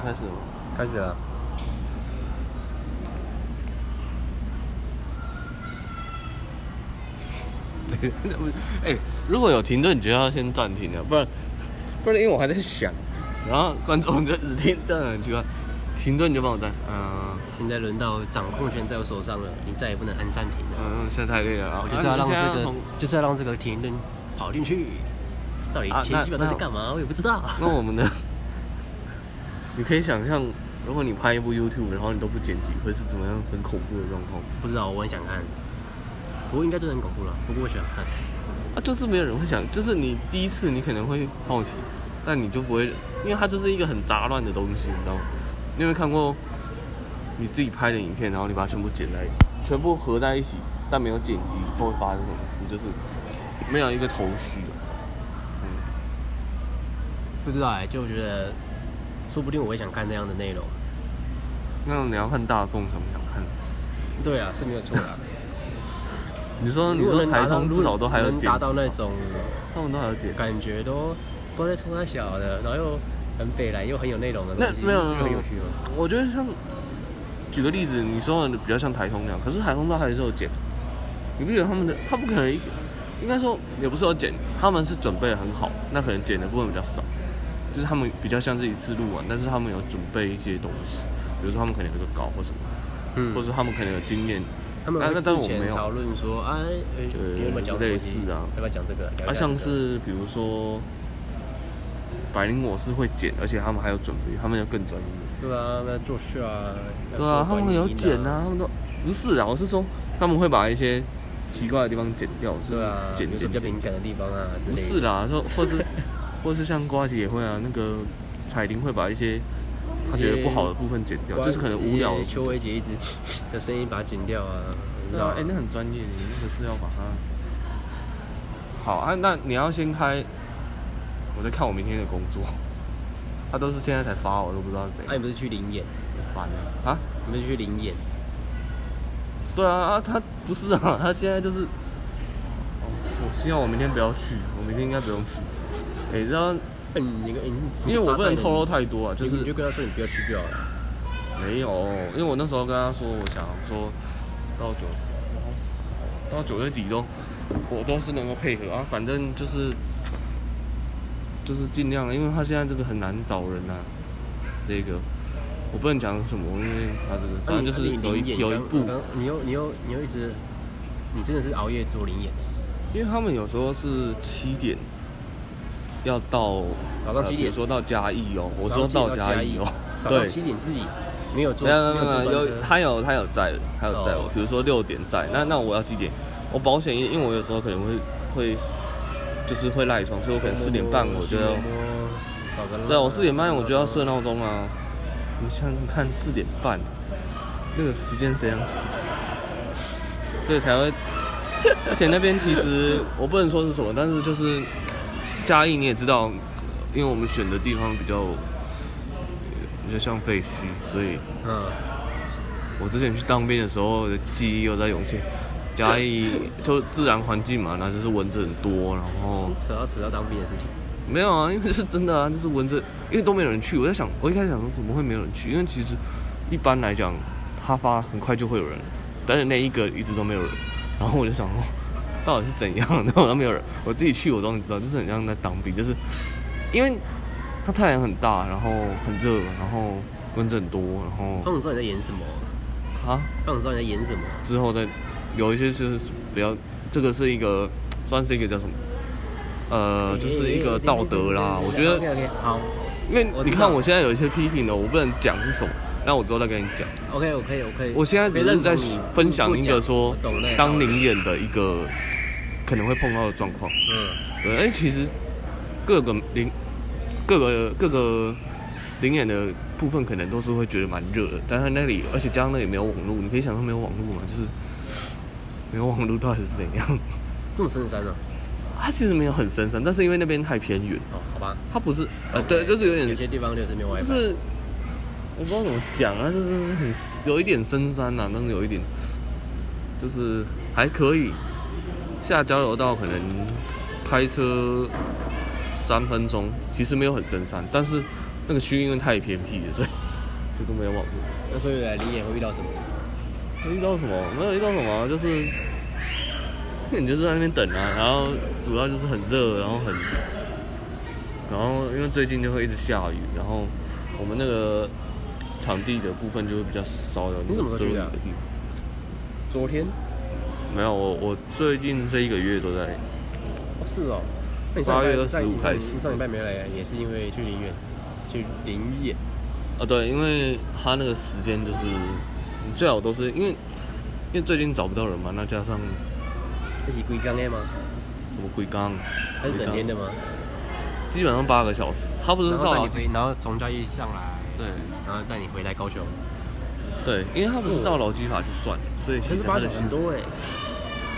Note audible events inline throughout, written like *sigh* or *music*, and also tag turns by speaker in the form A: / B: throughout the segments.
A: 开始了吗？
B: 开始了。
A: 哎、如果有停顿，你觉得要先暂停啊，不然
B: 不是因为我还在想，
A: 然后观众就只听这样很奇怪。停顿你就帮我暂，嗯
C: 现在轮到掌控权在我手上了，你再也不能按暂停了。
A: 嗯，现在太累了啊，
C: 我就是要让这
A: 啊你现在
C: 个
A: 从，
C: 就是要让这个停顿跑进去。到底
A: 啊
C: 前几秒
A: 那
C: 他在干嘛？我也不知道。
A: 那我们的， *laughs* 你可以想象，如果你拍一部 YouTube，然后你都不剪辑，会是怎么样很恐怖的状况
C: 不知道，我很想看。不过应该真的很恐怖了。不过我想看。
A: 啊？就是没有人会想，就是你第一次你可能会好奇，但你就不会，因为它就是一个很杂乱的东西，你知道吗？你有没有看过你自己拍的影片，然后你把它全部剪在，全部合在一起，但没有剪辑，都会发生什么事？就是没有一个头绪。啊嗯，
C: 不知道哎、就觉得，说不定我会想看那样的内容。
A: 那你要看大众想不想看？
C: 对啊，是没有错 *laughs* 啦。
A: 你说你
C: 如果
A: 说
C: 能达
A: 台
C: 到
A: 上至少都还有
C: 能
A: 剪辑，
C: 达到那种
A: 他们都还有剪。
C: 感觉都不知道在冲他小的，然后又很北蓝又很有内容的东
A: 那
C: 西，
A: 没有，
C: 就
A: 没
C: 很有
A: 有
C: 趣吗？
A: 我觉得像，举个例子，你说的比较像台通那样，可是台通他还是有剪，你不觉得他们的他不可能一，应该说也不是有剪，他们是准备得很好，那可能剪的部分比较少，就是他们比较像是一次录完，但是他们有准备一些东西，比如说他们可能有个稿或什么，
C: 嗯
A: 或者他们可能有经验，
C: 他们
A: 啊
C: 会
A: 那但
C: 事
A: 我没
C: 前
A: 有
C: 讨论说，哎，哎
A: 对
C: 你有没有讲这个东西
A: 类似啊
C: 要不要讲这个？
A: 啊，
C: 聊一聊
A: 像
C: 这个
A: 是比如说，百灵果是会剪，而且他们还有准备，他们要更专业。
C: 对啊，那做事啊，
A: 对啊，他们有剪
C: 呐。
A: 啊，他们都不是啊，我是说他们会把一些奇怪的地方剪掉，就是
C: 对啊，
A: 剪
C: 比如
A: 剪
C: 说比较
A: 剪，
C: 敏感的地方啊之
A: 不
C: 类的。
A: 是啦，说或是 *laughs* 或是像瓜姐也会啊，那个彩铃会把一些她觉得不好的部分剪掉，
C: 关
A: 就是可能无聊的
C: 一些
A: 部
C: 邱
A: 分。
C: 维杰一直 *laughs* 的声音把它剪掉啊。你知
A: 对
C: 道
A: 啊
C: 吗，
A: 哎、那很专业的，你那个是要把它。好啊，那你要先开，我在看我明天的工作，他都是现在才发，我都不知道是怎
C: 啊那
A: 样
C: 你不是去灵眼，
A: 翻的啊。
C: 你不是去灵眼，
A: 对啊，啊，他不是啊，他现在就是，哦我希望我明天不要去，我明天应该不用去。哎、知道，
C: 那你你你
A: 因
C: 你
A: 为我不能
C: 就
A: 透露太多啊，就
C: 你
A: 是
C: 你就跟他说你不要去就好了。
A: 没有，因为我那时候跟他说，我想说到九，到九月底都，我都是能够配合啊，反正就是就是尽量，因为他现在这个很难找人啊，这个我不能讲什么，因为他这个反正就是有
C: 灵
A: 一
C: 眼
A: 有一步。
C: 刚你又你又你又一直，你真的是熬夜做灵眼的，
A: 因为他们有时候是七点要到
C: 早
A: 呃
C: 上七
A: 比
C: 点
A: 如说到嘉义哦，我
C: 早
A: 说
C: 上七点到
A: 嘉
C: 嘉
A: 义 *laughs*
C: 义
A: 哦，
C: 早
A: 对
C: 上，七点自己没有做，
A: 没有没有
C: 坐
A: 没有，
C: 专
A: 有
C: 车
A: 他有他有在，他有在我
C: 哦，
A: 比如说六点在，那那我要几点？我保险因因为我有时候可能会会就是会赖床，所以我可能四点半
C: 哦
A: 我就要，
C: 嗯找个
A: 对啊，我四点半我就要设闹钟啊。你想想看四点半，那个时间谁想起？所以才会，而且那边其实我不能说是什么，但是就是嘉义你也知道，因为我们选的地方比较比较像废墟，所以
C: 嗯，
A: 我之前去当兵的时候的记忆又在涌现。嘉义就自然环境嘛，那就是蚊子很多，然后
C: 扯到扯到当兵的事情。
A: 没有啊，因为是真的啊，就是蚊子，因为都没有人去。我在想，我一开始想说怎么会没有人去，因为其实一般来讲，他发很快就会有人，但是那一个一直都没有人。然后我就想说，到底是怎样？然后都没有人，我自己去我都能知道，就是很像在当兵，就是因为它太阳很大，然后很热，然后蚊子很多，然
C: 他
A: 后
C: 们知道你在演什么，
A: 啊
C: 他们知道你在演什么。
A: 之后再有一些就是比较，这个是一个算是一个叫什么？呃，就是一个道德啦。我觉得
C: OK OK 好
A: 因为
C: 我
A: 你
C: 知
A: 看
C: 道
A: 我现在有一些批评的，我不能讲是什么，那我之后再跟你讲。
C: OK 我可以我可以。
A: 我现在只是在分享一个说
C: 我懂那个道理
A: 当零演的一个可能会碰到的状况。
C: 嗯
A: 对，哎、其实各个零各个各个零演的部分可能都是会觉得蛮热的，但是那里而且加上那里没有网络，你可以想象没有网络嘛，就是没有网络到底是怎样？
C: 那么深山啊呢？
A: 它其实没有很深山，但是因为那边太偏远，
C: 哦好吧，
A: 它不是呃对，就是有点
C: 有些地方就是没有 WiFi。
A: 就是我不知道怎么讲啊，就是很有一点深山呐、但是有一点就是还可以。下交流道可能开车三分钟，其实没有很深山，但是那个区因为太偏僻了，所以 *laughs* 就都没有网络。
C: 那所以来你也会遇到什么？
A: 没遇到什么？没有遇到什么啊，就是你就是在那边等啊，然后主要就是很热，然后很，然后因为最近就会一直下雨，然后我们那个场地的部分就会比较少有那
C: 你怎
A: 种
C: 么
A: 遮
C: 去
A: 雨
C: 的啊
A: 的地方。
C: 昨天？
A: 没有，我我最近这一个月都在
C: 哦是哦。那你上礼
A: 8
C: 拜
A: 月25
C: 上你上
A: 开始
C: 你上礼拜没来，啊也是因为去林园，去林业。
A: 啊，对，因为他那个时间就是你最好都是因为因为最近找不到人嘛，那加上
C: 一起归缸的吗？
A: 什么鬼刚，
C: 还是整天的吗？
A: 鬼刚基本上八个小时，他不是啊
C: 然后带
A: 照
C: 你回，然后从嘉义上来，
A: 对
C: 然后带你回来高雄，
A: 对，因为他不是照劳基法去算，所以其实他的薪水
C: 多哎。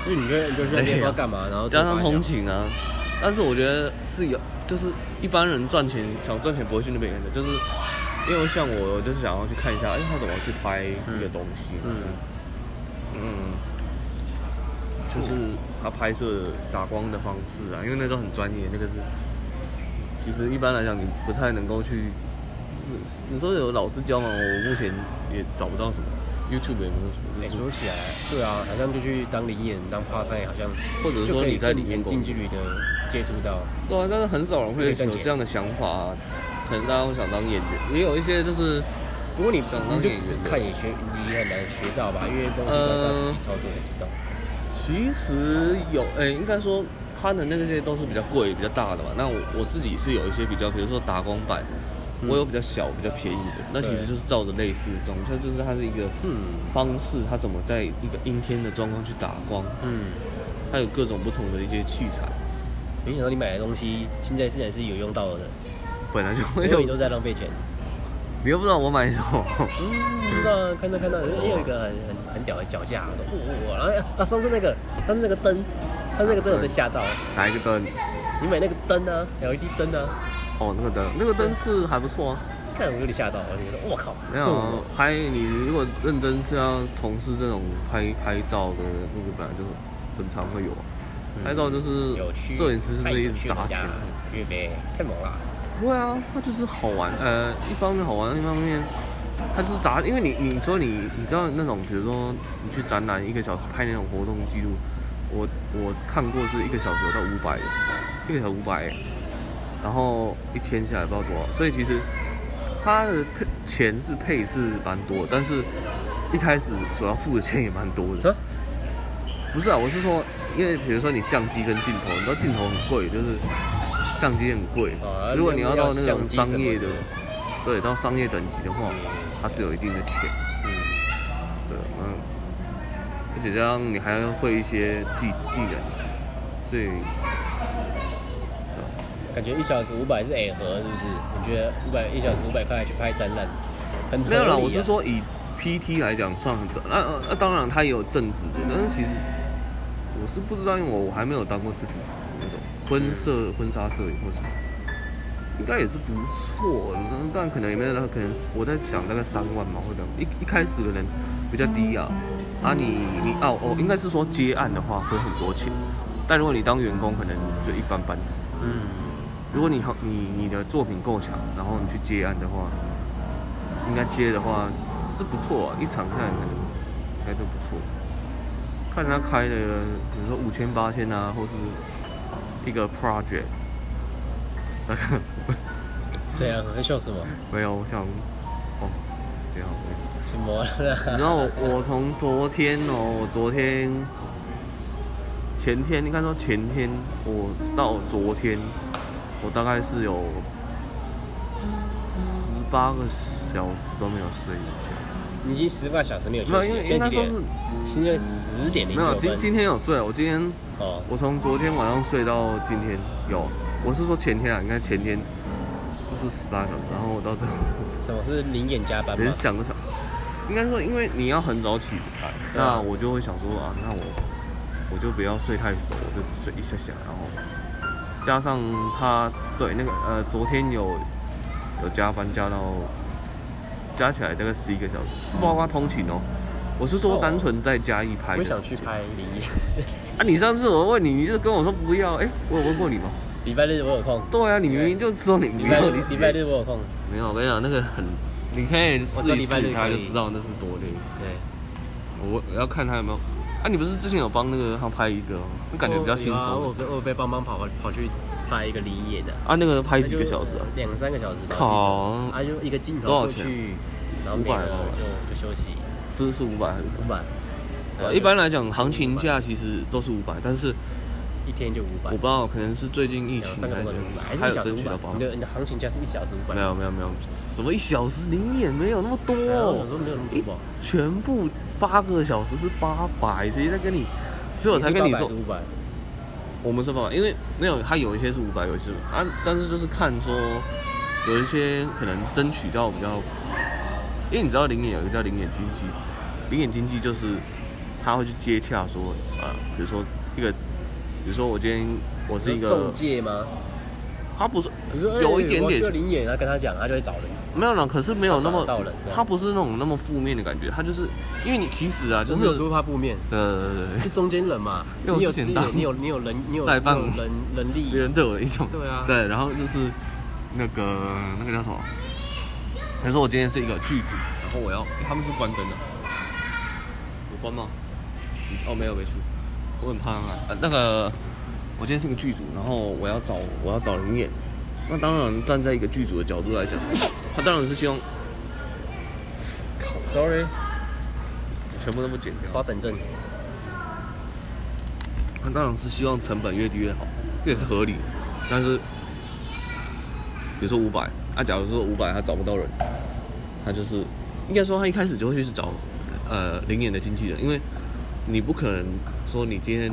C: 因为你就你就去那边不知道干嘛，然后
A: 加上通
C: 红
A: 勤啊，但是我觉得是有，就是一般人赚钱想赚钱不会去那边的，就是因为像我，我就是想要去看一下，哎，他怎么去拍一个东西，
C: 嗯
A: 嗯，就是他拍摄打光的方式啊，因为那都很专业，那个是，其实一般来讲你不太能够去，你你说有老师教吗？我目前也找不到什么，YouTube 也没有什么，就
C: 哎，
A: 是、
C: 说起来，对啊，好像就去当灵演、当 part time，好像
A: 或者
C: 就
A: 说
C: 可以
A: 你在里
C: 跟
A: 面
C: 很
A: 工
C: 近
A: 作
C: 距离的接触到，
A: 对啊，但是很少人会有这样的想法、啊，可能大家会想当演员，也有一些就是
C: 如果你
A: 想当
C: 你就
A: 演
C: 只是
A: 员的呃
C: 看也学，你也很难学到吧，因为东西都是要实际操作才知道。
A: 其实有，哎、应该说他的那些都是比较贵、比较大的嘛。那我我自己是有一些比较，比如说打工版，我有比较小、比较便宜的，那其实
C: 对
A: 就是照着类似的东西，它就是它是一个
C: 嗯
A: 方式，它怎么在一个阴天的状况去打光，
C: 嗯，
A: 它有各种不同的一些器材，
C: 没想到你买的东西现在竟然是有用到
A: *laughs*
C: 的，
A: 本来就会
C: 因为你都
A: 有，
C: 在浪费钱。
A: 你又不知道我买什么。 *laughs*
C: 嗯，知道啊，看到看到，也有一个很很很屌的脚架，我说哦哦，然后哎啊上次那个，他是那个灯，他那个真的是吓到，
A: 哪一个灯？
C: 你买那个灯啊，LED 灯啊，
A: 哦，那个灯，那个灯是还不错啊。
C: 看我有点吓到，我就觉得我靠，
A: 没
C: 这
A: 有啊
C: 种
A: 拍，你如果认真是要从事这种拍拍照的那个，本来就很常会有啊、拍照就是
C: 嗯有趣，
A: 摄影师是
C: 太
A: 不是一
C: 有
A: 直
C: 趣
A: 砸
C: 了
A: 钱？
C: 呀，月呗，太猛了，
A: 不会啊，它就是好玩。呃，一方面好玩，一方面它就是砸，因为你你说你你知道那种，比如说你去展览一个小时拍那种活动记录，我我看过是一个小时有到五百，一个小时五百，然后一天下来不知道多少，所以其实它的配钱是配置蛮多的，但是一开始所要付的钱也蛮多的。
C: 啊
A: 不是啊，我是说，因为比如说你相机跟镜头，你知道镜头很贵，就是相机很贵。
C: 啊
A: 如果你要到那
C: 要
A: 种
C: 相机什么
A: 商业的
C: 的，
A: 对，到商业等级的话，它是有一定的钱。
C: 嗯，
A: 对，嗯，而且这样你还要会一些技技能，所以
C: 感觉一小时五百是 A 盒是不是？我觉得五百一小时五百块去拍展览，很合
A: 没有啦，
C: 理啊
A: 我是，说以 PT 来讲算很短。那、呃那当然它也有正职的，但是其实我是不知道，因为我我还没有当过正职那种婚摄、婚纱摄影或什么，应该也是不错。嗯但可能也没有到，可能是我在想大概三万嘛，或者一一开始可能比较低啊。啊你，你哦哦，应该是说接案的话会很多钱，但如果你当员工，可能就一般般。
C: 嗯，
A: 如果你好，你你的作品够强，然后你去接案的话，应该接的话是不错、啊，一场下来可能应该都不错。看他开的，比如说五千八千啊，或是一个 project，那个
C: 这样在笑什么？
A: 没有，我想哦，这样。
C: 什么
A: 你
C: 啦？
A: 知道我我从昨天哦，我昨天前天应该说前天，我到昨天，我大概是有十八个小时都没有睡觉，
C: 你已经十个小时没有休息
A: 没
C: 了，
A: 有，因为应
C: 现
A: 该
C: 在几
A: 说
C: 点？
A: 是
C: 现在十点零
A: 没有，
C: 九
A: 今
C: 分。
A: 今天有睡，我今天
C: 哦，
A: 我从昨天晚上睡到今天有，我是说前天啊，应该前天就是十八小时，然后我到这。
C: 什么是零点加班
A: 连
C: 吗？
A: 想都想。应该说，因为你要很早起来，
C: 对啊
A: 那我就会想说啊，那我我就不要睡太熟，我就只睡一下下，然后加上他对那个呃，昨天有有加班加到加起来大概十一个小时，不包括通勤哦。我是说
C: 哦
A: 单纯在嘉义拍
C: 我
A: 的
C: 想
A: 时
C: 去
A: 间。
C: 拍零一，
A: 啊，你上次我问你，你就跟我说不要，哎、我有问过你吗？
C: 礼拜日我有空，
A: 对啊，你明明就说你
C: 礼
A: 没
C: 拜
A: 有
C: 礼拜日我有空，
A: 没有，我跟你讲那个很，你可以
C: 我
A: 试
C: 知道
A: 一
C: 礼拜
A: 试，
C: 日
A: 他
C: 可
A: 就
C: 以
A: 知道那是多累。
C: 对，
A: 我我要看他有没有。啊，你不是之前有帮那个他拍一个吗？那感觉比较轻
C: 我有啊
A: 松
C: 我。跟我被帮忙跑跑去拍一个离野的，
A: 啊，那个拍几个小时啊？
C: 两三个小时吧。
A: 靠
C: 我记得啊，就一个镜头
A: 多少
C: 过
A: 钱
C: 去，然后
A: 500
C: 没了
A: 吧
C: 就就休息
A: 是是五百还是
C: 五百
A: 对啊。一般来讲，行情价其实都是五百，但是
C: 一天就五
A: 我不
C: 百
A: 知，道，可能是最近疫
C: 两
A: 情
C: 哎三个
A: 还
C: 小
A: 是
C: 时五百，还是
A: 还有
C: 一小时
A: 争
C: 五
A: 取到
C: 百？
A: 八
C: 你
A: 百。
C: 的你的行情价是一小时五百，
A: 没有没有没有，什么一小时零点没有那么多
C: 对啊，我 *laughs* 想说没有那么
A: 一
C: 多吧。
A: 全部八个小时是八百，谁在跟你？所以我才跟你说，
C: 五百，
A: 我们是八百，因为没有他有一些是五百，有一些是啊，但是就是看说有一些可能争取到比较，因为你知道零点有一个叫零点经济，零点经济就是他会去接洽说啊，比如说一个，比如说我今天我是一个
C: 中，介吗？
A: 他不是
C: 你说哎
A: 有一点
C: 我
A: 点
C: 去了林野，然后跟他讲，他就会找人。
A: 没有啦，可是没有那么
C: 他找得到人这，样
A: 他不是那种那么负面的感觉，他就是因为你其实啊，就
C: 就是是有时候怕负面，
A: 呃，对对对
C: 就中间人嘛。
A: *laughs* 因为我
C: 你有
A: 之前
C: 资
A: 当
C: 源，你有你有人，你有你
A: 代
C: 有
A: 办
C: 人人力，
A: 别人对我的一种
C: 对啊
A: 对，然后就是那个那个叫什么？他说我今天是一个剧组，然后我要、诶他们是关灯的，有关吗？哦，没有没事，我很怕啊。呃那个我今天是个剧组，然后我要找我要找人演，那当然站在一个剧组的角度来讲，他当然是希望
C: Sorry，
A: 全部那么剪掉。
C: 花粉症。
A: 他当然是希望成本越低越好，这也是合理。但是，比如说五百，啊，假如说五百他找不到人，他就是应该说他一开始就会去找呃灵眼的经纪人，因为你不可能说你今天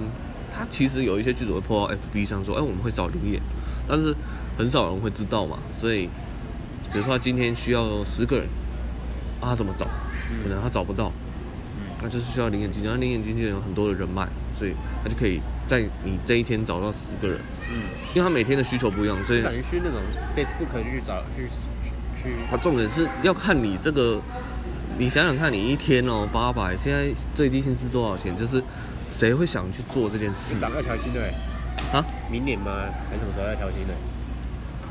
A: 他其实有一些剧组会 po 到 FB 上说，哎、我们会找灵眼，但是很少人会知道嘛，所以比如说他今天需要十个人，啊，他怎么找？可能他找不到，那就是需要灵眼经纪人，那灵眼经纪人有很多的人脉，所以他就可以在你这一天找到十个人，
C: 嗯，
A: 因为他每天的需求不一样，所以
C: 感觉去那种 Facebook 去找去去去
A: 他重点是要看你这个，你想想看，你一天哦八百，800, 现在最低薪资多少钱？就是谁会想去做这件事
C: 找要调薪对，
A: 啊？
C: 明年吗？还是什么时候要调薪的？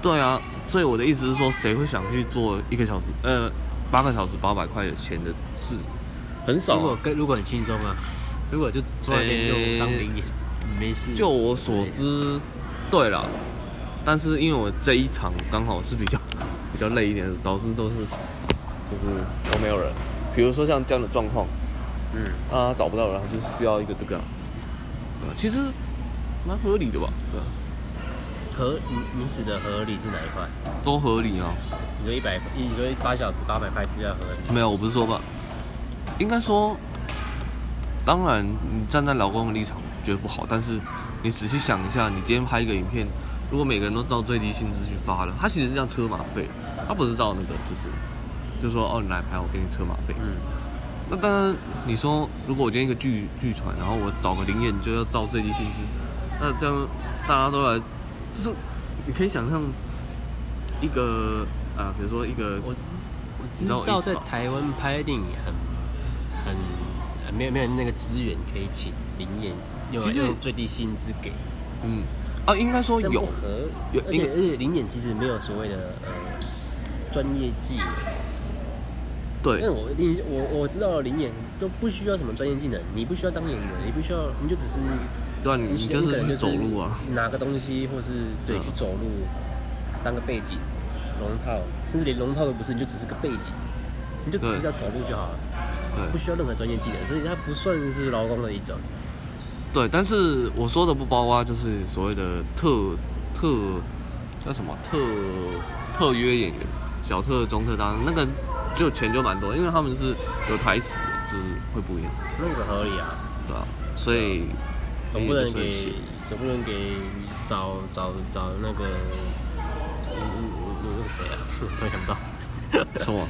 A: 对啊，所以我的意思是说，谁会想去做一个小时呃八个小时八百块钱的事？很少啊、
D: 如果跟如果很轻松啊，如果就坐在那边就
A: 诶
D: 当零演，没事。
A: 哎就我所知，对了，但是因为我这一场刚好是比较 *laughs* 比较累一点的，导致都是就是都没有人。比如说像这样的状况，
C: 嗯，
A: 啊找不到人，就需要一个这个啊、对啊其实蛮合理的吧？对啊、
C: 合你你指的合理是哪一块？
A: 都合理啊。
C: 你说一百，你说八小时八百块是要合理？
A: 没有，我不是说吧，应该说，当然你站在劳工的立场觉得不好，但是你仔细想一下，你今天拍一个影片，如果每个人都照最低薪资去发了，他其实是叫车马费，他不是照那个，就是就说哦，你来拍，我给你车马费。
C: 嗯，
A: 那当然，你说如果我今天一个剧剧团，然后我找个灵验就要照最低薪资，那这样大家都来，就是你可以想象一个啊、比如说一个
D: 我我知
A: 你知道我意思
D: 道在
A: 吧
D: 台湾拍电影很很呃没有没有那个资源可以请零演，用
A: 其实
D: 用最低薪资给，
A: 嗯啊，应该说
C: 这
A: 有
C: 不。合，
A: 有
C: 而
A: 因
C: 且而且零点其实没有所谓的呃专业技能，
A: 对
C: 因为，我你我我知道零演都不需要什么专业技能，你不需要当演员，你不需要，你就只是
A: 对啊，你你就
C: 你可
A: 是
C: 能
A: 去
C: 就
A: 走路啊，，
C: 拿个东西或是对
A: 嗯
C: 去走路，当个背景龙套，甚至连龙套都不是，你就只是个背景，你就只是
A: 对
C: 要走路就好了，不
A: 对
C: 需要任何专业技能，所以它不算是劳工的一种。
A: 对，但是我说的不包括就是所谓的特特叫什么特特约演员，小特、中特、大特那个就钱就蛮多，因为他们是有台词的，就是会不一样，
C: 那个合理啊，
A: 对啊，所以
C: 总不
A: 那也
C: 能
A: 是很
C: 给 *laughs*
A: 闲
C: 总不能给找找找那个，我我我我谁啊？ *laughs* 突然想不到，
A: 什么？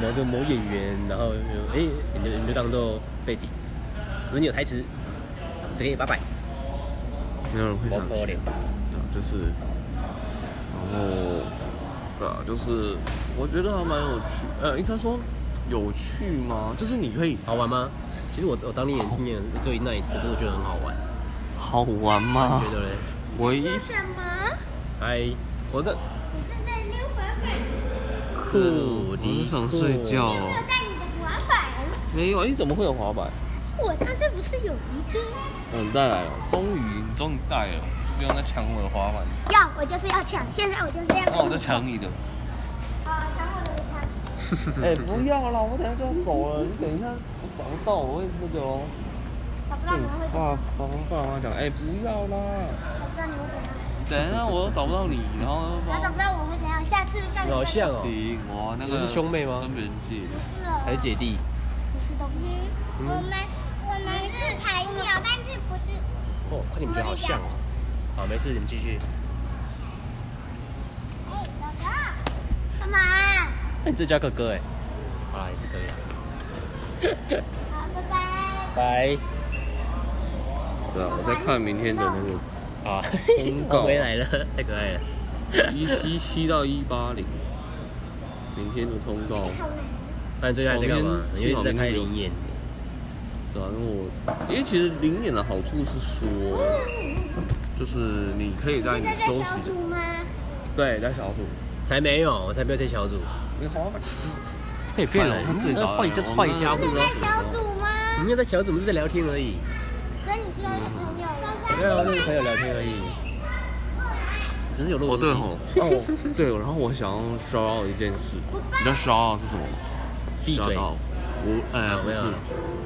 C: 某个某演员，然后就哎、你就你就当做背景，可是你有台词，只给你八百，
A: 没有人会
C: 好
A: 想
C: 可
A: 去
C: 怜
A: 对。啊，就是，然后，对啊，就是我觉得还蛮有趣，呃，应该说有趣吗？就是你可以
C: 好玩吗？其实我我当年演青年只有那一次，可是我觉得很好玩，
A: 好玩吗
C: 你觉得嘞？
A: 我一
E: 什么？
C: 嗨，我的
E: 正在溜滑板，
C: 酷
A: 我
C: 的
A: 好想睡觉
E: 没有
A: 哦。
E: 带你的滑板。
A: 没有，你怎么会有滑板？
E: 我上次不是有一个？
A: 我带来了，终于你终于带了，不用再抢我的滑板。
E: 要，我就是要抢，现在我就是要。
A: 哦那我再抢你的。
E: 啊，抢我的，我
A: *laughs*
E: 抢。
A: 哎、不要啦，我等一下就要走了。你等一下，我找不到，我会那个哦。
E: 找不到你们会怎么？
A: 爸爸爸妈讲，哎、不要啦。
E: 找不到你们会怎样？
A: 等一下我又找不到你，然后
E: 然后找不到我会怎样？下次下次。
F: 好像哦，
A: 哎行，我那个
C: 这是兄妹吗
A: 跟别人借。
E: 不是哦。
A: 哎
C: 还是姐弟？
E: 不是东西。
A: 嗯
E: 我们我们是朋友，但是不是
F: 哦，看你们觉得好像哦。好，没事，你们继续。
E: 哎，老大，干嘛啊？
F: 那你这叫哥哥哎，好
A: 啊
F: 啦，也是可以啦。 *laughs*
E: 好，拜拜。
F: 拜。
A: 对啊，我在看明天的那个
F: 啊，
A: 公告
F: 我回来了，太可爱了。
A: 一七七到一八零，明天的通告。
E: 好难。
F: 那你最近还在干嘛
A: 我？明
F: 你一
A: 天
F: 直在拍灵眼，
A: 对啊，因为我因为其实零点的好处是说，就是你可以在
E: 现
A: 你
E: 在在
A: 休息
E: 小
A: 的
E: 组吗？
A: 对，在小组。
F: 才没有，我才不要这小组。哎
A: 你滑板。
F: 被骗了，
A: 他睡着了。
F: 换你这坏家伙啊
E: 真！的在小组吗？
F: 你没有在小组，我们是在聊天而已。
E: 跟你是朋友。
F: 没有，跟朋友聊天而已。只是有录
A: 哦
F: 音机
A: 对吼，哦对，然后我想要骚扰一件事，你知道骚扰是什么吗？
F: 闭嘴
A: Shout out 我哎、
F: 啊
A: 不
F: 没有
A: 是
F: 啊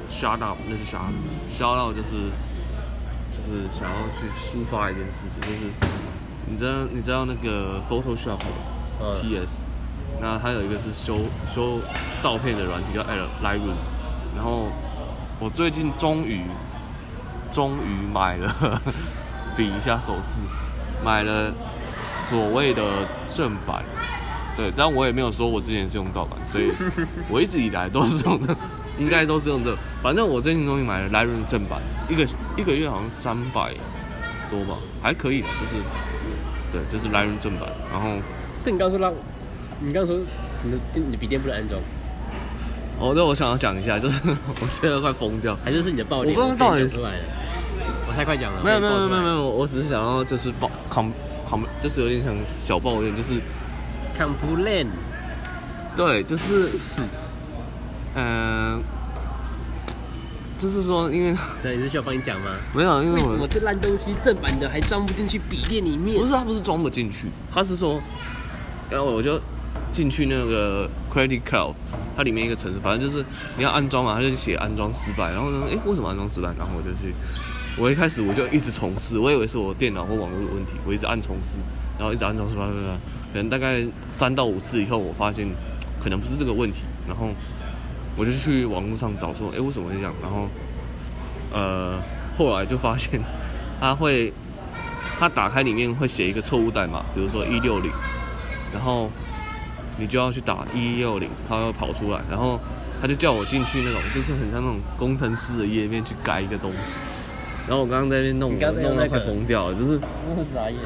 A: ，shut up，那是 shut up。shut up 就是就是想要去抒发一件事情，就是你知道你知道那个 Photoshop 吗
F: 嗯，
A: PS，那它有一个是修修照片的软体叫 Lightroom，然后我最近终于终于买了， *laughs* 比一下手势，买了所谓的正版，对，但我也没有说我之前是用盗版，所以我一直以来都是用的，应该都是用的，反正我最近终于买了 Lightroom 正版，一个一个月好像三百多吧，还可以的，就是对，就是 Lightroom 正版，然后。
F: 对你刚刚说让，你刚刚说你的你的笔电不能安装，
A: 哦，对，我想要讲一下，就是 *laughs* 我现在快疯掉。
F: 还是是你的爆点？
A: 我不知道
F: 我自
A: 到底
F: 己
A: 是
F: 讲出来了，我太快讲
A: *laughs*
F: 了。
A: 没有
F: 我
A: 没
F: 也
A: 有没
F: 爆
A: 有
F: 出
A: 没
F: 来
A: 有没，有，我只是想要就是抱 com com，就是有点想小抱怨，就是
F: complain
A: 对，就是嗯、呃就是说因为 *laughs*
F: 对，你是需要帮你讲吗？
A: 没有，因
F: 为
A: 为
F: 什
A: 我
F: 么这烂东西正版的还装不进去笔电里面？
A: 不是他不是装不进去，他是说，然后我就进去那个 Credit Cloud，它里面一个程式，反正就是你要安装嘛，它就写安装失败，然后呢，诶，为什么安装失败？然后我就去，我一开始我就一直重试，我以为是我电脑或网络有问题，我一直按重试，然后一直按重试，叭叭叭，可能大概三到五次以后，我发现可能不是这个问题，然后我就去网络上找说，诶，为什么会这样？然后呃，后来就发现它会它打开里面会写一个错误代码，比如说一六零，然后你就要去打一六零，它会跑出来，然后他就叫我进去那种，就是很像那种工程师的页面去改一个东西。然后我刚刚在那边弄，
F: 你刚才
A: 我弄
F: 用
A: 到
F: 那个
A: 快疯掉了，就是
F: 我傻眼。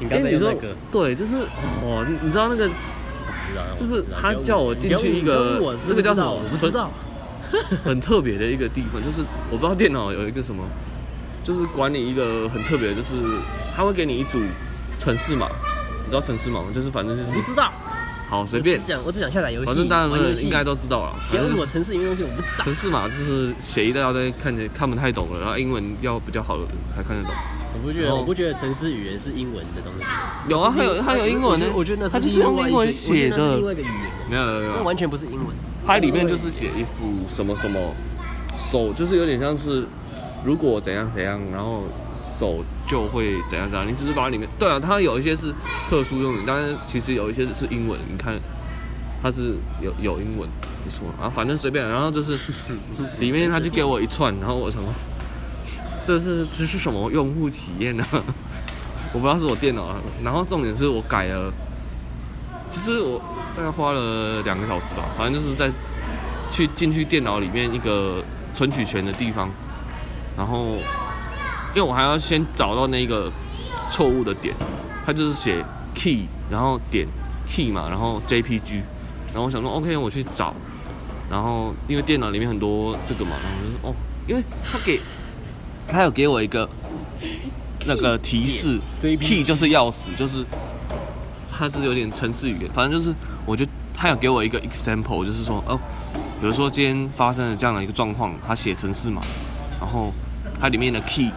F: 你刚
A: 因
F: 才
A: 哎为你
F: 用
A: 说
F: 那个，
A: 对，就是哦，你你知道
F: *laughs*
A: 那个
F: 知道
A: 就是他叫我进去一个
F: 那
A: 那
F: 个
A: 个叫
F: 叫什
A: 什
F: 么？
A: 么
F: 我不知道。
A: 很特别的一个地方，就是我不知道电脑有一个什么，就是管理一个很特别的，就是它会给你一组城市码，你知道城市码吗？就是反正就是
F: 我不知道，
A: 好随便
F: 我只，想我只想下载游戏，
A: 反正大家
F: 玩游戏
A: 应该都知道了。
F: 不
A: 反
F: 要
A: 正
F: 问
A: 就
F: 我
A: 是
F: 城市里面东西，我不知道。
A: 城市码就是写一大堆看起来看不太懂了，然后英文要比较好的才看得懂。
F: 我不觉得，
A: 然后
F: 我不觉得城市语言是英文的东西。
A: 哦有啊，还有还有英文呢，
F: 我觉得我觉得那
A: 它就是用英文写
F: 我觉得那是
A: 的
F: 另外，一个语言，
A: 没有没有没
F: 那
A: 有，
F: 完全不是英文。
A: 它里面就是写一副什么什么手，就是有点像是如果怎样怎样，然后手就会怎样怎样。你只是把它里面对啊，它有一些是特殊用语，但是其实有一些是英文。你看，它是有有英文，没错啊，反正随便。然后就是 *laughs* 里面他就给我一串，然后我什么， *laughs* 这是这是什么用户体验呢、啊？ *laughs* 我不知道是我电脑啊。然后重点是我改了，其实我大概花了两个小时吧，反正就是在去进去电脑里面一个存取权的地方，然后因为我还要先找到那个错误的点，它就是写 key，然后点 key 嘛，然后 JPG，然后我想说 OK，我去找，然后因为电脑里面很多这个嘛，然后我就说哦，因为他给他有给我一个那个提示
C: 这一批
A: ，key 就是钥匙，就是它是有点城市语言，反正就是我就他有给我一个 example，就是说哦，比如说今天发生了这样的一个状况，他写城市嘛，然后它里面的 key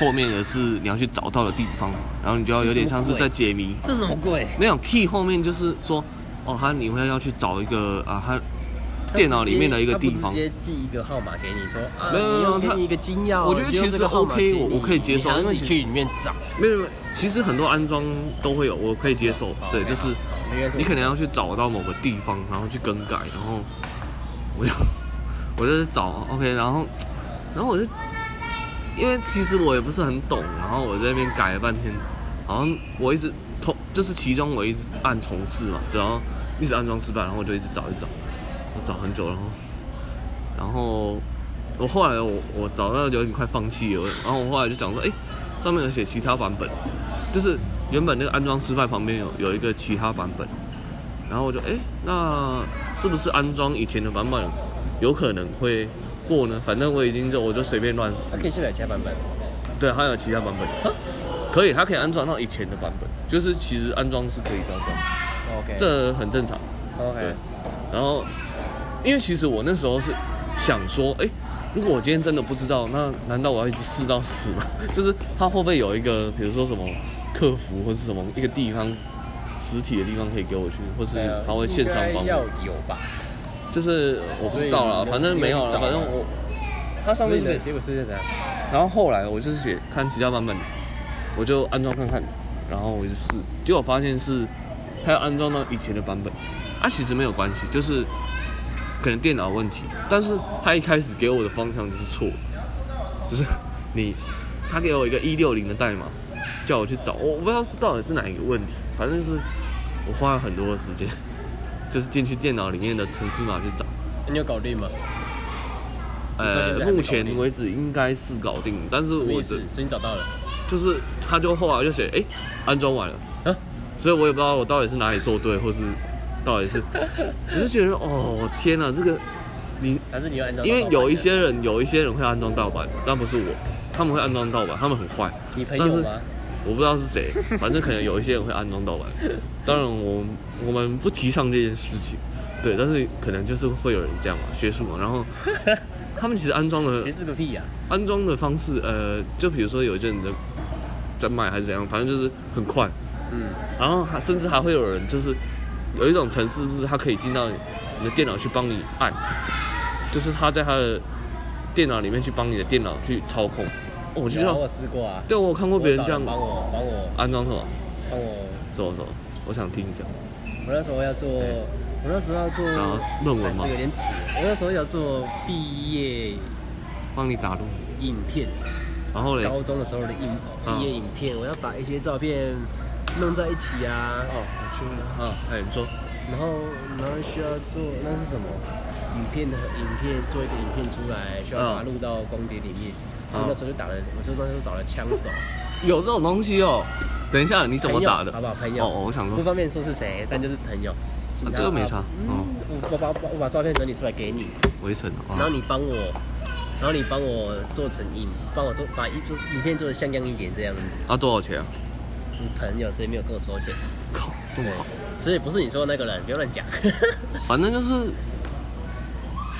A: 后面的是你要去找到的地方，然后你就要有点像是在解谜，
C: 这什么鬼？
A: 那种 key 后面就是说哦，他你会要去找一个啊，他
C: 他
A: 电脑
C: 直
A: 里
C: 接
A: 面的一个
C: 他不
A: 地方
C: 直。接寄一个号码给你说啊，
A: 没有没
C: 你
A: 有
C: 用给
A: 他
C: 你一个金钥，
A: 我觉得
C: 你用
A: 其实
C: 这个号码
A: OK，
C: 给
A: 我
C: 你
A: 我可以接
G: 你
A: 受
G: 还要
A: 因为
G: 自己
A: 其
G: 去里面找，
A: 没有，没有其实很多安装都会有，我可以接受。对，就是你可能要去找到某个地方，然后去更改，然后我就 *laughs* 我就去找 OK，然后然后我就因为其实我也不是很懂，然后我在那边改了半天，好像我一直同就是其中我一直按重试嘛，然后一直安装失败，然后我就一直找一直找，我找很久，然后然后我后来我我找到有点快放弃了，然后我后来就想说，哎、上面有写其他版本，就是原本那个安装失败旁边有有一个其他版本，然后我就哎、诶那是不是安装以前的版本有可能会过呢？反正我已经就我就随便乱试
C: 他，可以去哪家版本？
A: 对，还有其他版本，可以，它可以安装到以前的版本，就是其实安装是可以安装，
C: OK，
A: 这很正常。对
C: OK，，
A: 然后因为其实我那时候是想说，哎、如果我今天真的不知道，那难道我要一直试到死吗？ *laughs* 就是它会不会有一个，比如说什么客服或是什么一个地方实体的地方可以给我去，或是
C: 对啊
A: 他会线上帮
C: 应该要
A: 我？
C: 有吧？
A: 就是我不知道啦，
C: 所以
A: 反正没有了，
C: 你要去找啊
A: 反正我它上面这
C: 所以
A: 边
C: 呢结果是这样，
A: 然后后来我就是写看其他版本，我就安装看看，然后我就试，结果发现是它要安装到以前的版本，啊，其实没有关系，就是可能电脑问题，但是它一开始给我的方向就是错的，就是你他给我一个一六零的代码，叫我去找，我我不知道是到底是哪一个问题，反正就是我花了很多的时间，就是进去电脑里面的程式码去找。
C: 你有搞定吗？
A: 呃
C: 你到现在还没，搞定
A: 目前为止应该是搞定，但是
C: 什么
A: 我
C: 意
A: 的
C: 思？所以你找到了
A: 就是他就后来就写，哎、安装完了，
C: 啊？
A: 所以我也不知道我到底是哪里做对，或是到底是，我就觉得哦天哪、这个你，
C: 还是你要按照？
A: 因为有一些人有一些人会安装盗版，但不是我，他们会安装盗版，他们很坏，
C: 你朋
A: 但
C: 友
A: 是
C: 吗？
A: 我不知道是谁，反正可能有一些人会安装盗版，当然我我们不提倡这件事情，对，但是可能就是会有人这样嘛，学术嘛，然后他们其实安装了
C: 谁是个屁啊呀？
A: 安装的方式，呃，就比如说有一些人在在卖还是怎样，反正就是很快，
C: 嗯，
A: 然后还甚至还会有人就是有一种程式是它可以进到你的电脑去帮你按，就是他在他的电脑里面去帮你的电脑去操控。哦、我
C: 我
A: 就知道
C: 我，有试过啊。
A: 对我有看过别人这样
C: 我找人帮我帮我
A: 安装什么
C: 帮我，
A: 什么什么，我想听一下。
C: 我那时候要做，我那时候要做
A: 然后论文吗
C: 哎这个有点迟。我那时候要做毕业
A: 帮你打入，
C: 影片，
A: 然后嘞，哦
C: 高中的时候的影
A: 嗯
C: 毕业影片，我要把一些照片弄在一起啊。
A: 哦，我去问了啊，哎，你说，
C: 然后然后需要做那是什么？影片的影片做一个影片出来，需要把它
A: 嗯
C: 录到光碟里面。
A: 嗯
C: 所以那时候就打了，我就那时候找了枪手，
A: 有这种东西哦？等一下，你怎么
C: 朋友
A: 打的？
C: 好不好？朋友，
A: 哦，哦我想说
C: 不，方便说是谁，但就是朋友。请他
A: 这个没差
C: 啊
A: 哦
C: 嗯，我我把我把我把照片整理出来给你，
A: 围城啊
C: 然后你帮我，然后你帮我做成影，帮我做把一做影片做的像样一点这样子。
A: 啊，多少钱啊？
C: 你朋友所以没有跟我收钱，
A: 靠，这么好。
C: 对所以不是你说的那个人，不要乱讲，
A: 反正就是，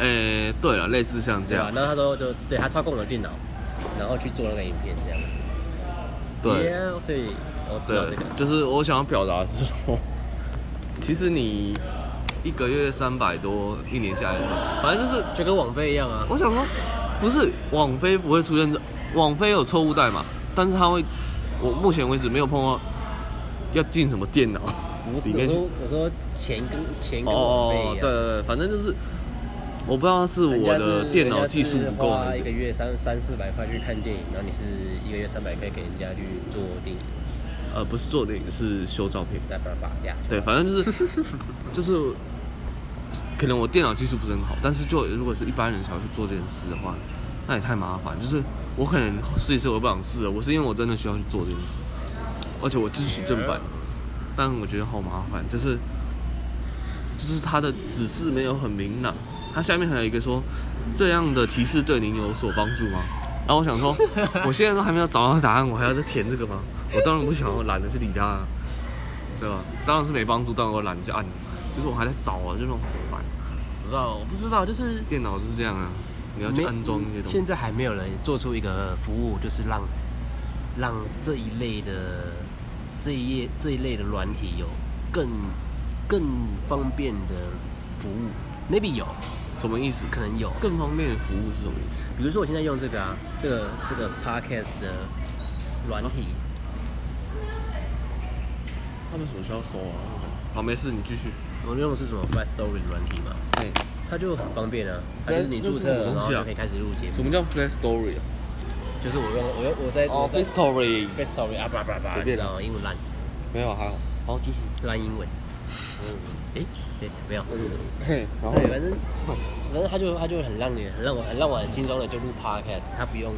A: 诶、对了，类似像这
C: *laughs* 对吧啊
A: 样？，
C: 然后他说就对他操控我的电脑，然后去做那个影片这样。
A: 对
C: Yeah，所以我知道这
A: 对
C: 个，，
A: 就是我想要表达的是说，其实你一个月三百多，一年下来，反正就是，
C: 就跟网费一样啊。
A: 我想说，不是网飞不会出现这，网飞有错误代码，但是它会，我目前为止没有碰到要进什么电
C: *laughs*
A: 脑
C: 不是
A: 里，面
C: 我
A: 去
C: 说我说钱跟钱跟网费
A: 哦
C: 一，样。
A: 对对对，反正就是，我不知道是我
C: 啊人家
A: 的
C: 是
A: 电脑技术不够
C: 人家是花
A: 还
C: 一
A: 是
C: 个月三三四百块去看电影，然后你是一个月三百块给人家去做电影，
A: 呃，不是做电影，是修照片。
C: 叭叭叭呀。
A: 对，反正就是就是，可能我电脑技术不是很好，但是就如果是一般人想要去做这件事的话，那也太麻烦。就是我可能试一试，我不想试了，我是因为我真的需要去做这件事，而且我支持正版，但我觉得好麻烦，就是就是它的指示没有很明朗，它下面还有一个说这样的提示对您有所帮助吗？然后我想 *laughs* 说，我现在都还没有找到答案，我还要再填这个吗？我当然不想，我懒得去理他、啊，对吧？当然是没帮助，但我懒得去按，就是我还在找啊，就那种很烦。
C: 我不知道，我不知道，就是
A: 电脑就是这样啊，你要去
C: 没
A: 安装那些东西
C: 现。在还没有人做出一个服务，就是让让这一类的这一页这一类的软体有更更方便的服务。Maybe 有，
A: 什么意思？
C: 可能有。
A: 更方便的服务是什么意思？
C: 比如说我现在用这个啊，这个这个 Podcast 的软体，
A: 他们什么时候收啊？好，没事，你继续。
C: 我用的是什么 Fast Story 的软体嘛，
A: 哎、
C: 它就很方便啊，它就是你注
A: 那是什
C: 册，
A: 么
C: 然
A: 东
C: 后
A: 西啊
C: 就可以开始录节
A: 什
C: 目。
A: 么叫 Flash Story 啊？
C: 就是我用我用我在我在
A: f 哦 Story
C: Fast Story 啊叭叭叭，
A: 随
C: 你
A: 便
C: 知道吗？英文烂
A: 没有，还好。好，继续。
C: 烂英文。
A: 嗯
C: 诶，对，没有。
A: 嘿， *laughs* 然
C: 对，反正反正他就他就很让你很让我很让我很轻松的就录 podcast，他不用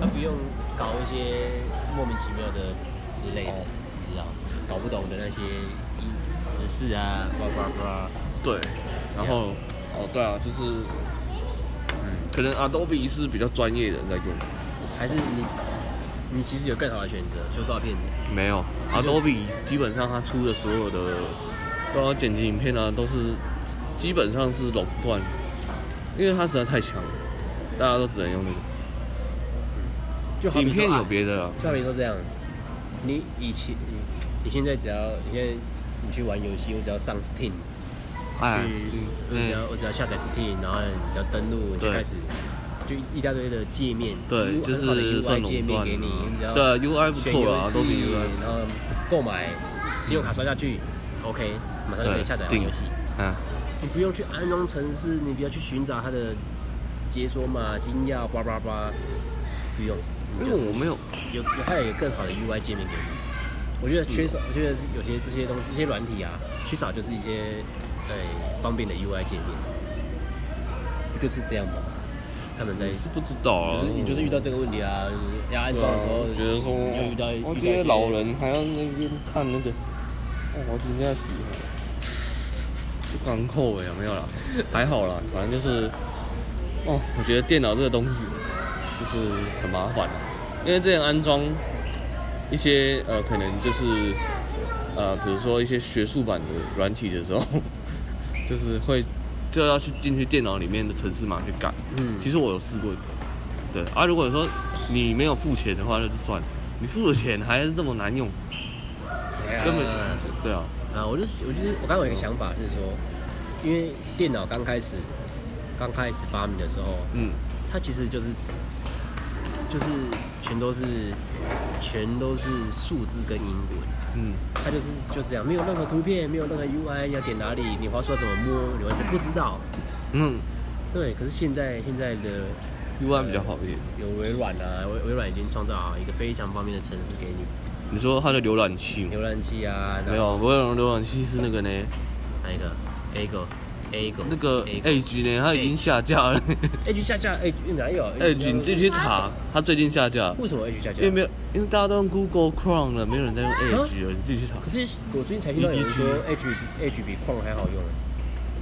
C: 他不用搞一些莫名其妙的之类
A: 哦
C: 的，你知道搞不懂的那些英指示啊，叭叭叭。
A: 对，然后哦，对啊，就是，嗯，可能 Adobe 是比较专业的人在用，
C: 还是你你其实有更好的选择，修照片的。
A: 没有
C: 其实
A: ，Adobe 基本上它出的所有的，包括剪辑影片啊，都是基本上是垄断，因为它实在太强了，大家都只能用那
C: 就好
A: 个。
C: 比
A: 影
C: 说
A: 片有
C: 啊
A: 别的啊，
C: 就好比说这样，你以前你你现在只要你现在你去玩游戏，我只要上 Steam。
A: 哎，
C: 去，我只
A: 嗯
C: 要我只要下载 Steam，然后你只要登录，就
A: 对
C: 开始就一大堆的界面，
A: 对，
C: U-
A: 就
C: 很好的
A: 是
C: UI
A: 算垄
C: 界面
A: 断
C: 给
A: 了
C: 你，你只要
A: 啊。对啊，UI 不
C: 选
A: 错
C: 游
A: 啊
C: 戏
A: ，Adobe UI 不
C: 然
A: 错。
C: 后购买，信用卡刷下去，OK，马上就可以下载玩
A: Steam
C: 游戏，
A: 嗯，
C: 你不用去安装城市，你不要去寻找它的解锁码、金钥、叭叭叭，不用，你
A: 因
C: 就
A: 为
C: 是
A: 我没有，
C: 有有它有一个更好的 UI 界面给你。我觉得缺少，我觉得有些这些东西，这些软体啊，缺少就是一些呃方便的 UI 界面，不就是这样吗？他们在
A: 你是不知道啊
C: 就是，你就是遇到这个问题啊，就是要安装的时候，
A: 对啊觉得说，
C: 你就遇到
A: 我
C: 遇
A: 这
C: 到
A: 些
C: 一些
A: 老，人还要那边看那个，哦，我今天要洗了，就港口哎，没有啦，还好啦，反正就是，哦，我觉得电脑这个东西就是很麻烦啊，因为之前安装一些呃，可能就是呃，比如说一些学术版的软体的时候， *laughs* 就是会就要去进去电脑里面的程式码去改。
C: 嗯
A: 其实我有试过，对啊，如果说你没有付钱的话，那就算了。你付了钱还是这么难用，根本
C: 啊
A: 对啊，
C: 啊，我就是我就是我刚刚有一个想法，就是说，因为电脑刚开始刚开始发明的时候，
A: 嗯，
C: 它其实就是就是全都是全都是数字跟英文，
A: 嗯，
C: 它就是就这样，没有任何图片，没有任何 UI，你要点哪里，你滑鼠要怎么摸，你完全不知道。
A: 嗯
C: 对，可是现在现在的
A: ，UI 比较好一点。
C: 有微软啊，微微软已经创造好一个非常方便的程式给你，
A: 你说它的浏览器吗
C: 浏览器啊，然后
A: 没有，我用的浏览器是那个呢，
C: 哪一个？A 个 A 个
A: 那个
C: A
A: Edge 呢，它已经下架了。
C: H 下架 H 哎哪有
A: *laughs* Edge 哎你自己去查，它最近下架，
C: 为什么 H 下架？
A: 因为没有，因为大家都用 Google Chrome 了，没有人在用
C: 啊
A: Edge 了，你自己去查。
C: 可是我最近才听到有人说 H H 比矿还好用。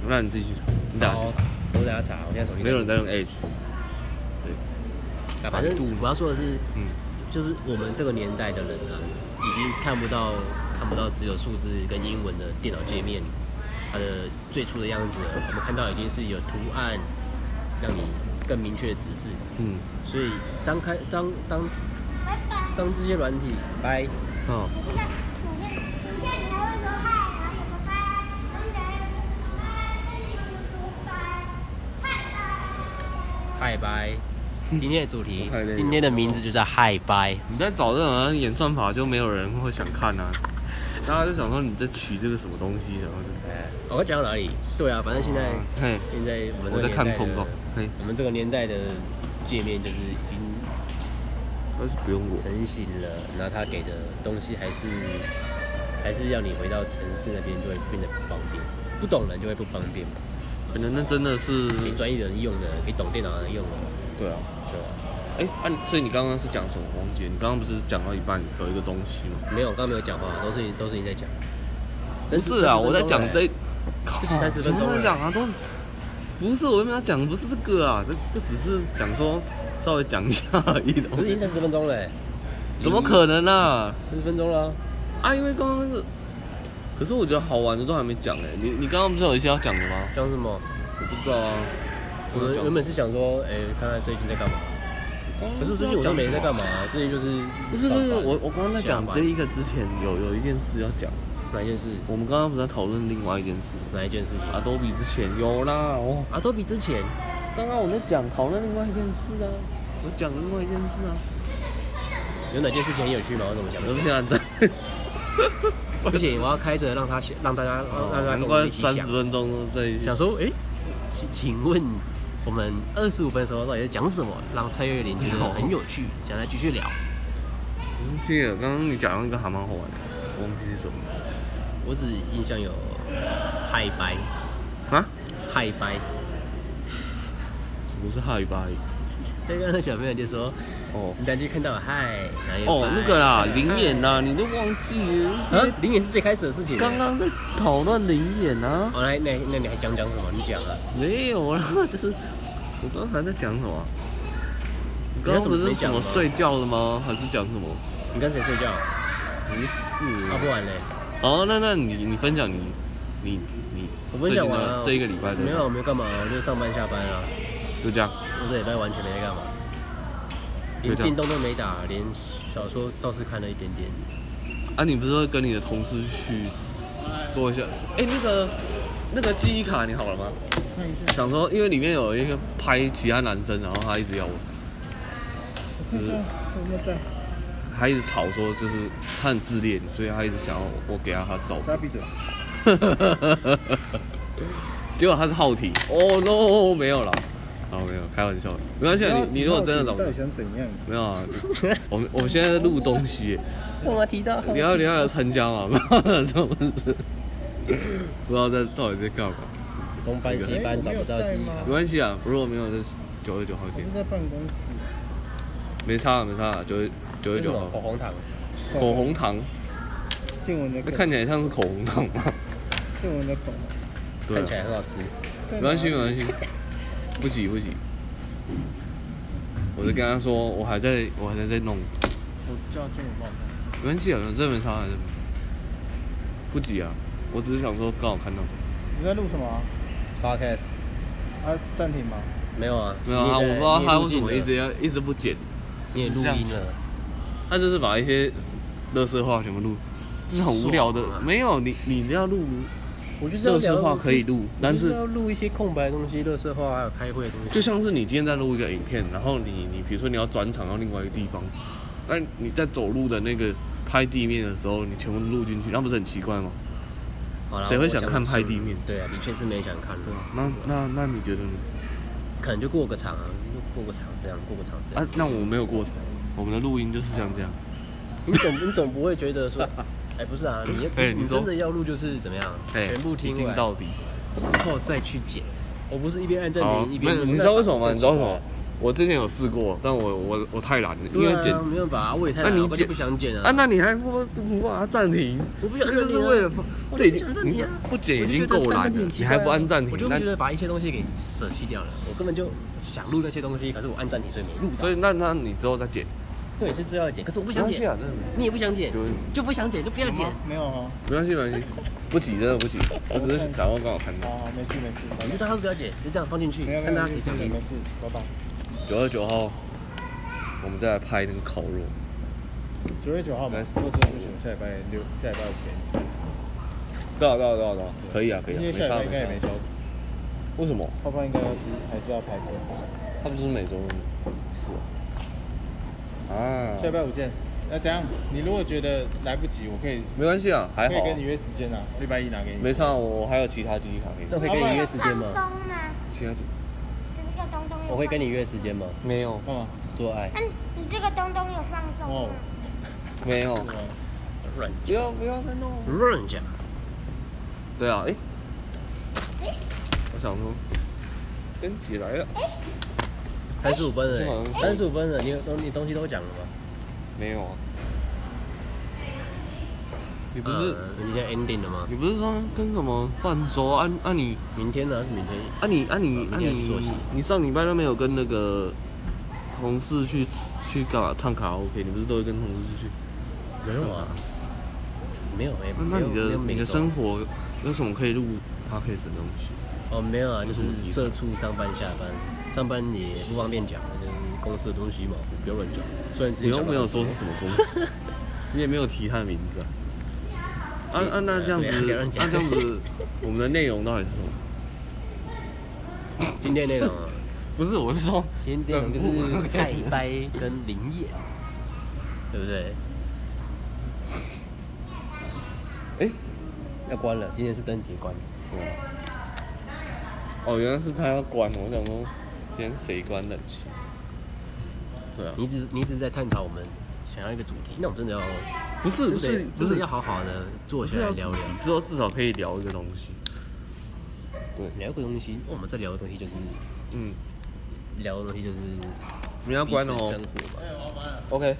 A: 那你自己去查，你打去
C: 好
A: 查，
C: 我等下查，我现在手机
A: 没有人在用 Edge。
C: 啊，反正
A: 百度
C: 我要说的是，
A: 嗯
C: 就是我们这个年代的人啊，已经看不到看不到只有数字跟英文的电脑界面，它的最初的样子了。我们看到已经是有图案，让你更明确的指示。
A: 嗯，
C: 所以当开当当当这些软体，拜，
A: 好，
C: 嗨拜。今天的主 *laughs* 题
A: 太累，了
C: 今天的名字就叫嗨拜。
A: 你在找这种好像演算法，就没有人会想看啊。大家就想说你在取这个什么东西，然后就
C: 哎，我要讲到哪里？对啊，反正现在、
A: 嘿，
C: 现在我们这
A: 我
C: 个
A: 在看
C: 年代的
A: 通告嘿
C: 我们这个年代的界面就是已经
A: 但是不用我。
C: 成型了，然后他给的东西还是还是要你回到城市那边就会变得不方便，不懂人就会不方便嘛。
A: 可能那真的是
C: 给专业的人用的，给懂电脑的人用的，
A: 对啊，
C: 对吧？
A: 哎、啊你，所以你刚刚是讲什么？王姐，你刚刚不是讲到一半有一个东西吗？
C: 没有，我刚刚没有讲话，都是你都是你在讲。欸
A: 不是啊，我在讲这，
C: 30分钟了欸
A: 什么都在讲啊，都不是，我跟他讲的不是这个啊，这这只是想说稍微讲一下而已的。
C: 不是已经三十分钟了、欸，
A: 怎么可能啊？
C: 三十分钟了啊、
A: 啊，因为刚刚那个，可是我觉得好玩的都还没讲哎、你你刚刚不是有一些要讲的吗？
C: 讲什么？
A: 我不知道啊，
C: 我
A: 有
C: 们
A: 讲
C: 原本是想说，哎、看看最近在干嘛。可是最近我都没在干嘛、最近就是
A: 不是不
C: 上班
A: 是，我我刚刚在讲
C: 下班
A: 这一个之前有有一件事要讲，
C: 哪一件事？
A: 我们刚刚不是在讨论另外一件事
C: 哪一件事情？
A: 阿多比之前有啦哦，
C: 阿多比之前
A: 刚刚我在讲讨论另外一件事啊，我讲另外一件事啊， *laughs*
C: 有哪件事情很有趣吗？我怎么想不
A: 我
C: 起
A: 不
C: 来？
A: 想在，
C: 不
A: *laughs*
C: 行，我要开着让他想，让大家让让大家
A: 哦难
C: 跟我们
A: 怪
C: 一起
A: 三十
C: 想。
A: 分钟都在
C: 想说，哎、请请问我们二十五分的时候到底在讲什么？让蔡月玲觉得很有趣，
A: 哦
C: 想再继续聊。
A: 忘记嗯了，刚刚你讲到一个还蛮好玩的，我忘记是什么了
C: 我只印象有嗨掰，
A: 啊？
C: 嗨掰。
A: 什么是嗨拜？
C: 那个小朋友就说，
A: 哦
C: 你当天看到嗨，然后有
A: 哦
C: 掰，
A: 那个啦，灵眼呐，你都忘记
C: 啊
A: 了，，
C: 灵眼是最开始的事情。
A: 刚刚在讨论灵眼啊，
C: 哦，来，那那你还想讲什么？你讲啊。
A: 没有啦， *laughs* 就是我刚才在讲什么啊？你
C: 你
A: 刚
C: 有
A: 刚
C: 什
A: 不
C: 么
A: 是
C: 分
A: 什
C: 享
A: 么
C: 吗
A: 睡觉了吗？还是讲什么？
C: 你跟谁睡觉？啊，
A: 不
C: 不
A: 是。
C: 然嘞？
A: 哦，那那你你分享你你你，
C: 我分享
A: 最近
C: 完
A: 啊
C: 了
A: 的。这一个礼拜的
C: 啊没有，我没有干嘛，我就上班下班啊。
A: 就这样，
C: 我这礼拜完全没在干嘛，
A: 就
C: 连
A: 这样
C: 电动都没打，连小说倒是看了一点点。
A: *laughs* 啊，你不是会跟你的同事去做一下？哎、那个那个记忆卡你好了吗？
F: 看一下，
A: 想说，因为里面有一个拍其他男生，然后他一直要我，
F: 我
A: 看一下
F: 有没有带？
A: 他一直吵说就是他很自恋，所以他一直想要我给他他照
F: 大家闭嘴。
A: 片。 *laughs* 结果他是浩体，哦、no，没有啦，啊没有，开玩笑的，没关系啊，你你如果真的怎
F: 到
A: 么
F: 底想怎样？
A: 没有啊？我们我们现在在录东西耶，
F: 我们提到
A: 你要你要来参加 *laughs* 嘛？这种事不知道在到底在干嘛，
C: 东翻西翻找不到记忆卡
A: 没，关系啊，如果没有就是九月九号
F: 我
A: 见
F: 是，在办公室。
A: 没差啊没差啊，九月九
C: 这
A: 月
C: 是什
A: 九
C: 么
A: 号
C: 口哦红糖？
A: 口红糖。
F: 见闻的
A: 那
F: 口，
A: 看起来像是口红糖吗？
F: 见闻的口。
A: 对
C: 哦看起
A: 啊，
C: 来很好吃。
F: 在
A: 没
F: 哪
A: 关
F: 里
A: 系，没关系，不急不急。我就跟他说，我还在我还在在弄，
F: 我叫见闻报告。
A: 没关系啊，这没差，这没不急啊。我只是想说刚好看到，
F: 你在录什么啊？
C: Podcast
F: 啊，暂停吗？
C: 没有啊？
A: 没有啊，我
C: 你
A: 不
C: 也
A: 知
C: 在
A: 道他
C: 你
A: 为
C: 也入
A: 什
C: 境
A: 么
C: 了
A: 一直要一直不剪，
C: 你也录
A: 这样
C: 音
A: 子
C: 了。
A: 他就是把一些乐色话全部录，就是很无聊的
C: 爽啊。
A: 没有你你要录
C: 我就是要
A: 乐
C: 聊
A: 色话可以，录，但
C: 就是是要录一些空白的东西，乐色话还有开会的东西。
A: 就像是你今天在录一个影片，然后你你比如说你要转场到另外一个地方，那你在走路的那个拍地面的时候，你全部录进去，那不是很奇怪吗？
C: 好啦
A: 谁会
C: 我
A: 想看拍地面啊
C: 是对啊，的确是没想看的，
A: 那那那你觉得呢？
C: 可能就过个场啊，过个场这样，过个场这样。
A: 啊，那我没有过程，我们的录音就是像这样。
C: 你总你总不会觉得
A: *laughs*
C: 说，哎，不是啊，你
A: 哎
C: 你
A: 你说
C: 真的要录就是怎么样，
A: 哎
C: 全部听
A: 一镜
C: 完
A: 到底。
C: 之后再去剪。我不是一边按暂
A: 好，
C: 停一
A: 没
C: 边
A: 有，
C: 录，
A: 你知道为什么吗？你知道为什么？我之前有试过，但我我我太懒了，因
C: 对
A: 为
C: 啊
A: 剪
C: 没办法啊，我也太
A: 那
C: 懒了
A: 你
C: 我根本
A: 剪
C: 不想剪啊。
A: 啊，那你还不不把它暂停？
C: 我不想
A: 这就
C: 暂停啊
A: 是为了放
C: 我就
A: 这已
C: 不
A: 经
C: 想暂
A: 你
C: 停啊
A: 不剪
C: 我
A: 已
C: 就
A: 经
C: 觉得
A: 够
C: 暂
A: 懒
C: 停
A: 了
C: 很，奇
A: 你
C: 怪
A: 还不
C: 啊
A: 按暂
C: 我
A: 停
C: 就，
A: 那
C: 觉得把一些东西给舍弃掉了。我根本就想录那些东西，可是我按暂停，所以没录到。
A: 所以那那你之后再剪。
C: 对是知道要剪，可是我不想
A: 没关系
C: 剪
A: 啊，，真的
C: 你也不想剪
A: 有，
C: 就不想剪就不要剪。
F: 没有啊。
A: 没关系，没关系，不急，真的不急。我只是打算刚好看到
F: 好，好没事没事。拜
C: 你就
F: 拜
C: 当他不要剪，就这样放进去，
F: 没有
C: 看
F: 没
C: 大
F: 有
C: 家谁讲给
F: 没
C: 你。
F: 事，拜拜。
A: 九月九号，我们再来拍那个烤肉。
F: 九月九号嘛，
A: 来
F: 如果真的不行，下礼拜六、下礼拜五可
A: 对啊，对啊，对啊，对啊，可以啊，可以
F: 以，
A: 啊，
F: 因为
A: 没
F: 下
A: 差
F: 礼拜应该也
A: 没
F: 没
A: 差
F: 消。除，
A: 为什么？
F: 泡泡应该要去，还是要排课。
A: 他不是每周日吗？是啊。啊
F: 下礼拜五见。那怎样？你如果觉得来不及，我可以
A: 没关系啊，还
F: 可
A: 好
F: 以
A: 啊
F: 跟你，约时间啊，礼拜一拿给你。
A: 没差啊，我我还有其他机卡可以
C: 那
A: 拿。
C: 可以
F: 好
C: 跟
F: 吧
C: 你约时间
E: 放
C: 吗？
E: 松吗？
A: 其他机
E: 这个东东有
C: 我会跟你约时间吗？
A: 没有，
F: 干嘛？
C: 做爱。
E: 嗯，你这个东东有放松
C: 哦
E: 吗？
A: 没有，
F: 是吗
C: 软
A: 不要不要再弄。
C: 软讲，
A: 对啊，诶，
E: 诶
A: 我想说，跟起来了，
C: 三十五分
A: 这好
C: 了
A: 像，是
C: 三十五分了，你有东你东西都讲了吗？
A: 没有啊。啊你不是、
C: 我们今天 ending 了吗？
A: 你不是说跟什么泛舟啊？啊啊你
C: 明天呢？还是明天？
A: 啊你啊你啊
C: 明天去做戏
A: 你你上礼拜都没有跟那个同事去吃去干嘛唱卡拉 OK？你不是都会跟同事去？
C: 没有啊，没有哎、
A: 那那
C: 没有
A: 你
C: 没
A: 的
C: 有每
A: 你
C: 个
A: 的
C: 周
A: 生活有什么可以录 podcast 的东西？
C: 哦，没有啊，就是
A: 就是嗯你
C: 社畜上班下班，上班也不方便讲，就是公司的东西嘛，不要乱讲。虽然之
A: 你
C: 前
A: 又
C: 讲
A: 没有说是什么公司，你也没有提他的名字啊。啊啊，那这样子，
C: 对啊不要乱
A: 那、
C: 讲
A: 这样子，我们的内容到底是什么？
C: *laughs* 今天内容
A: *laughs*
C: 啊，
A: 不是，我是说，
C: 今天内容就
A: 整部
C: *laughs* 是盖掰跟林业，啊
A: *laughs*
C: 对不对？
A: 哎、
C: 要关了，今天是灯节关。
A: 哦，原来是他要关，我想说，今天谁关冷气？对啊，
C: 你只你只是在探讨我们想要一个主题，那我们真的要
A: 不是不
C: 真
A: 是
C: 的
A: 不
C: 真
A: 是
C: 的要好好的坐
A: 不
C: 下
A: 是
C: 来
A: 要
C: 聊
A: 主
C: 聊
A: 题，之后至少可以聊一个东西。
C: 聊个东西。我们在聊的东西就是
A: 嗯，
C: 聊的东西就是
A: 你要关了
C: 彼此
A: 哦
C: 生。活嘛。
A: OK，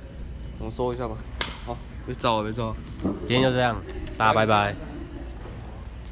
A: 我们收一下吧。好，别照啊，别照啊。
C: 今天就这样，大家拜拜。